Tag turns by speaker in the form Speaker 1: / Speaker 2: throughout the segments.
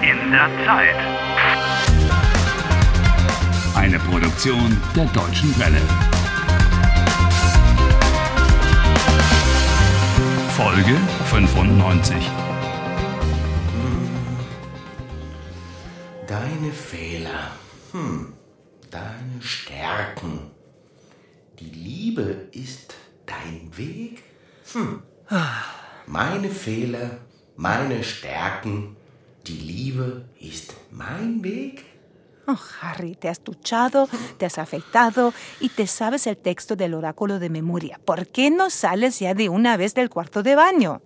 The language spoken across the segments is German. Speaker 1: seiner Zeit.
Speaker 2: Eine Produktion der Deutschen Welle. Folge 95.
Speaker 3: Deine Fehler, hm, deine Stärken. Die Liebe ist dein Weg. Hm. Meine Fehler, meine Stärken. Die Liebe ist mein Weg.
Speaker 4: Oh, Harry, te has duchado, te has afeitado y te sabes el texto del oráculo de memoria. ¿Por qué no sales ya de una vez del cuarto de baño?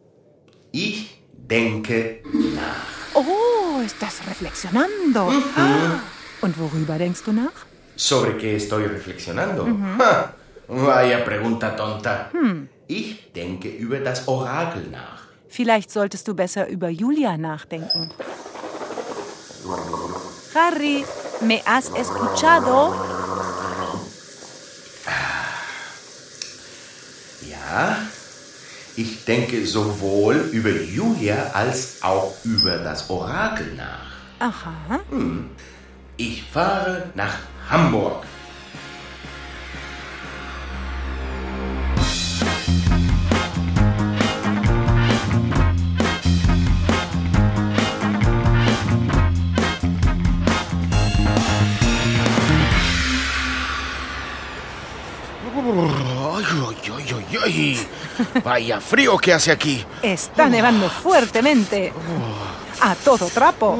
Speaker 3: Ich denke nach.
Speaker 4: Oh, estás reflexionando. Ah, ¿Und worüber denkst du nach?
Speaker 3: ¿Sobre qué estoy reflexionando? Ja, vaya pregunta tonta. Ich denke über das Orakel nach.
Speaker 4: Vielleicht solltest du besser über Julia nachdenken. Harry, ¿me has escuchado?
Speaker 3: Ja, ich denke sowohl über Julia als auch über das Orakel nach.
Speaker 4: Ajá.
Speaker 3: Ich fahre nach Hamburg. Ay, ay, ay, ay, ay. Vaya frío que hace aquí.
Speaker 4: Está nevando fuertemente. A todo trapo.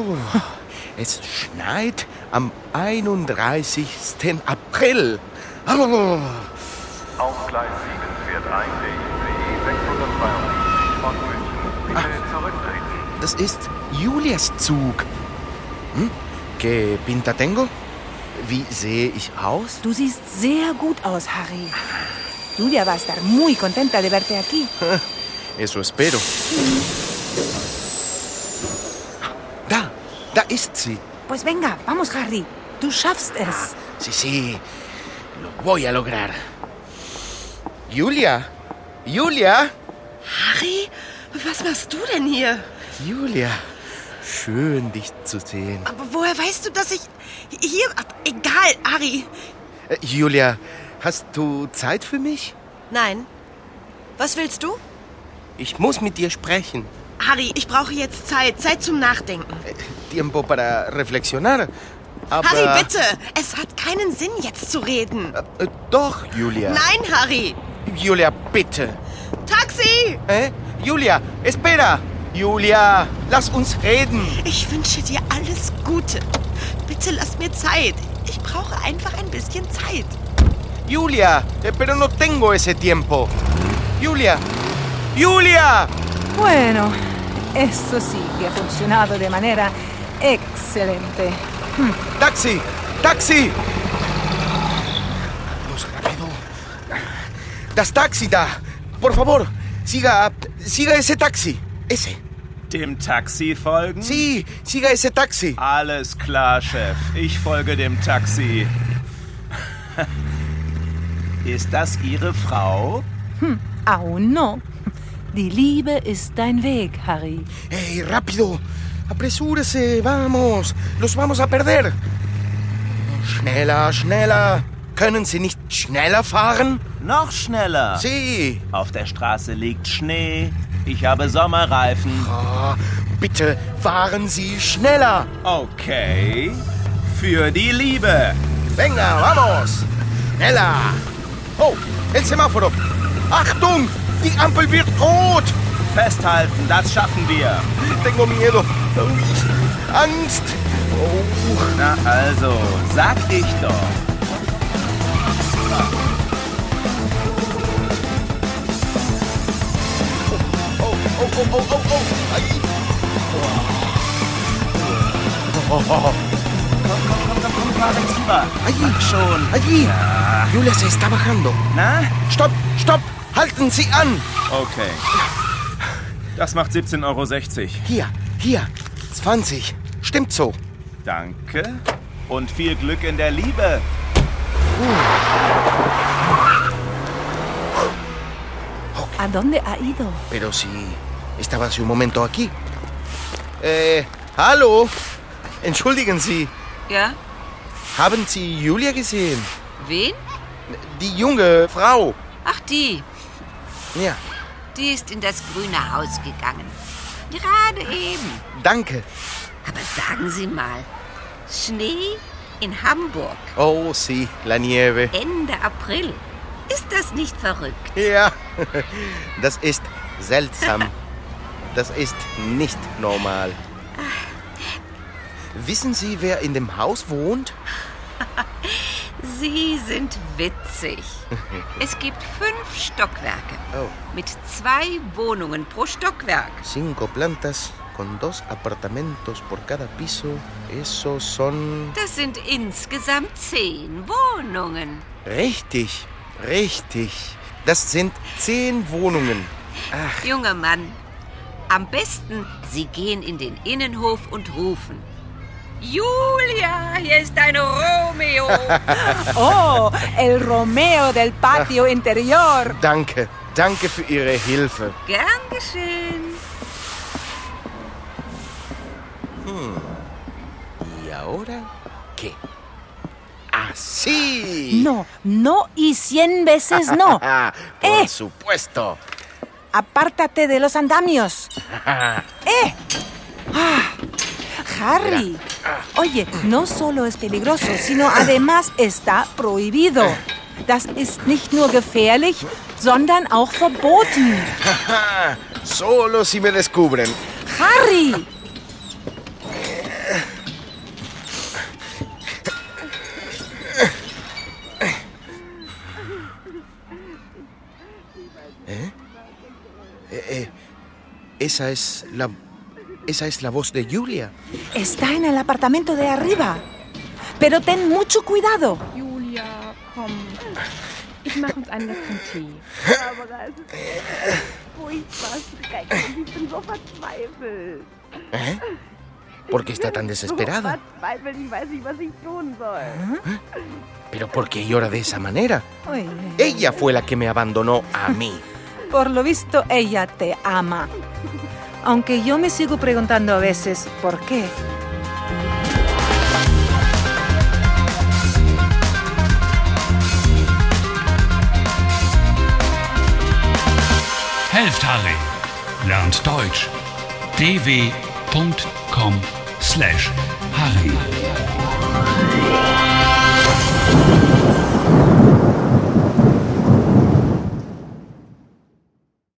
Speaker 3: Es schneit am 31. April.
Speaker 1: Auf Gleis 7 fährt ein DICE 672 von München. Bitte zurücktreten.
Speaker 3: Das ist Julias Zug. Hm? ¿Qué pinta tengo? Wie sehe ich aus?
Speaker 4: Du siehst sehr gut aus, Harry. Julia va a estar muy contenta de verte aquí.
Speaker 3: Eso espero. Da, da ist sie.
Speaker 4: Pues venga, vamos, Harry. Du schaffst es.
Speaker 3: Sí, sí. Lo voy a lograr. Julia. Julia.
Speaker 5: Harry, was machst du denn hier?
Speaker 3: Julia. Schön, dich zu sehen.
Speaker 5: Aber woher weißt du, dass ich hier... Ach, egal, Harry.
Speaker 3: Äh, Julia, hast du Zeit für mich?
Speaker 5: Nein. Was willst du?
Speaker 3: Ich muss mit dir sprechen.
Speaker 5: Harry, ich brauche jetzt Zeit. Zeit zum Nachdenken.
Speaker 3: Äh, Tiempo para reflexionar. Aber...
Speaker 5: Harry, bitte. Es hat keinen Sinn, jetzt zu reden.
Speaker 3: Äh, Doch, Julia.
Speaker 5: Nein, Harry.
Speaker 3: Julia, bitte.
Speaker 5: Taxi!
Speaker 3: Äh? Julia, espera. Julia, lass uns reden.
Speaker 5: Ich wünsche dir alles Gute. Bitte lass mir Zeit. Ich brauche einfach ein bisschen Zeit.
Speaker 3: Julia, eh, pero no tengo ese tiempo. Julia. Julia.
Speaker 4: Bueno, eso sí que ha funcionado de manera excelente.
Speaker 3: Taxi. Taxi. Vamos rápido. Das Taxi da. Por favor, siga siga ese taxi. Ese.
Speaker 6: Dem Taxi folgen?
Speaker 3: Sí, siga ese taxi.
Speaker 6: Alles klar, Chef. Ich folge dem Taxi. Ist das Ihre Frau?
Speaker 4: Aún no. Die Liebe ist dein Weg, Harry.
Speaker 3: ¡Ey, rápido! ¡Apresúrese! ¡Vamos! ¡Los vamos a perder! Schneller, schneller! Können Sie nicht schneller fahren?
Speaker 6: Noch schneller.
Speaker 3: Sí.
Speaker 6: Auf der Straße liegt Schnee. Ich habe Sommerreifen.
Speaker 3: Ah, bitte fahren Sie schneller.
Speaker 6: Okay. Für die Liebe.
Speaker 3: Venga, vamos. Schneller. Oh, el semáforo. Achtung, die Ampel wird rot.
Speaker 6: Festhalten, das schaffen wir.
Speaker 3: Tengo miedo. Angst. Oh.
Speaker 6: Na also, sag ich doch.
Speaker 3: Oh, oh, oh, oh, oh, oh. Ay.
Speaker 6: Komm, komm, komm, fahren rüber.
Speaker 3: Ay.
Speaker 6: Mach schon.
Speaker 3: Allí. Julia se está bajando.
Speaker 6: Na?
Speaker 3: Stopp, stopp. Halten Sie an.
Speaker 6: Okay. Das macht 17,60 Euro.
Speaker 3: Hier, hier. 20. Stimmt so.
Speaker 6: Danke und viel Glück in der Liebe.
Speaker 4: ¿A dónde ha ido?
Speaker 3: Pero si estaba hace un momento aquí. Eh, Äh, hallo. Entschuldigen Sie,
Speaker 7: Ja?
Speaker 3: haben Sie Julia gesehen?
Speaker 7: Wen?
Speaker 3: Die junge Frau.
Speaker 7: Ach, die.
Speaker 3: Ja,
Speaker 7: Die ist in das grüne Haus gegangen. Gerade eben.
Speaker 3: danke.
Speaker 7: Aber sagen Sie mal, Schnee in Hamburg,
Speaker 3: Oh, sí, la nieve.
Speaker 7: Ende April. Ist das nicht verrückt?
Speaker 3: Ja, das ist seltsam. Das ist nicht normal. Wissen Sie, wer in dem Haus wohnt?
Speaker 7: Sie sind witzig. Es gibt fünf Stockwerke
Speaker 3: Oh.
Speaker 7: mit zwei Wohnungen pro Stockwerk.
Speaker 3: Cinco plantas con dos apartamentos por cada piso. Eso son...
Speaker 7: Das sind insgesamt zehn Wohnungen.
Speaker 3: Richtig, richtig. Das sind zehn Wohnungen.
Speaker 7: Junger Mann, am besten, Sie gehen in den Innenhof und rufen. Julia, hier ist ein Romeo.
Speaker 4: Oh, el Romeo del patio interior.
Speaker 3: Danke, danke für Ihre Hilfe.
Speaker 7: Gern geschehen.
Speaker 3: ¿Y ahora qué? ¡Así!
Speaker 4: No, no y cien veces no.
Speaker 3: Ah, por
Speaker 4: Eh.
Speaker 3: supuesto.
Speaker 4: Apártate de los andamios. ¡Eh! Ah, Harry, oye, no solo es peligroso, sino además está prohibido. Das ist nicht nur gefährlich, sondern auch verboten.
Speaker 3: Ah, solo si me descubren.
Speaker 4: Harry!
Speaker 3: Eh, Esa es la. Esa es la voz de Julia.
Speaker 4: Está en el apartamento de arriba. Pero ten mucho cuidado.
Speaker 8: Julia, komm. Ich mache uns einen letzten Tee.
Speaker 5: Aber das ist Oh, furchtbar schrecklich. Ich bin so verzweifelt.
Speaker 3: ¿Eh? ¿Por qué está tan desesperada?
Speaker 5: verzweifelt, ich weiß nicht, was ich tun soll.
Speaker 3: ¿Pero por qué llora de esa manera?
Speaker 4: Oye,
Speaker 3: Ella fue la que me abandonó a mí.
Speaker 4: por lo visto, ella te ama. Aunque yo me sigo preguntando a veces por qué.
Speaker 2: Helft Harry. Lernt Deutsch. dw.com/harry.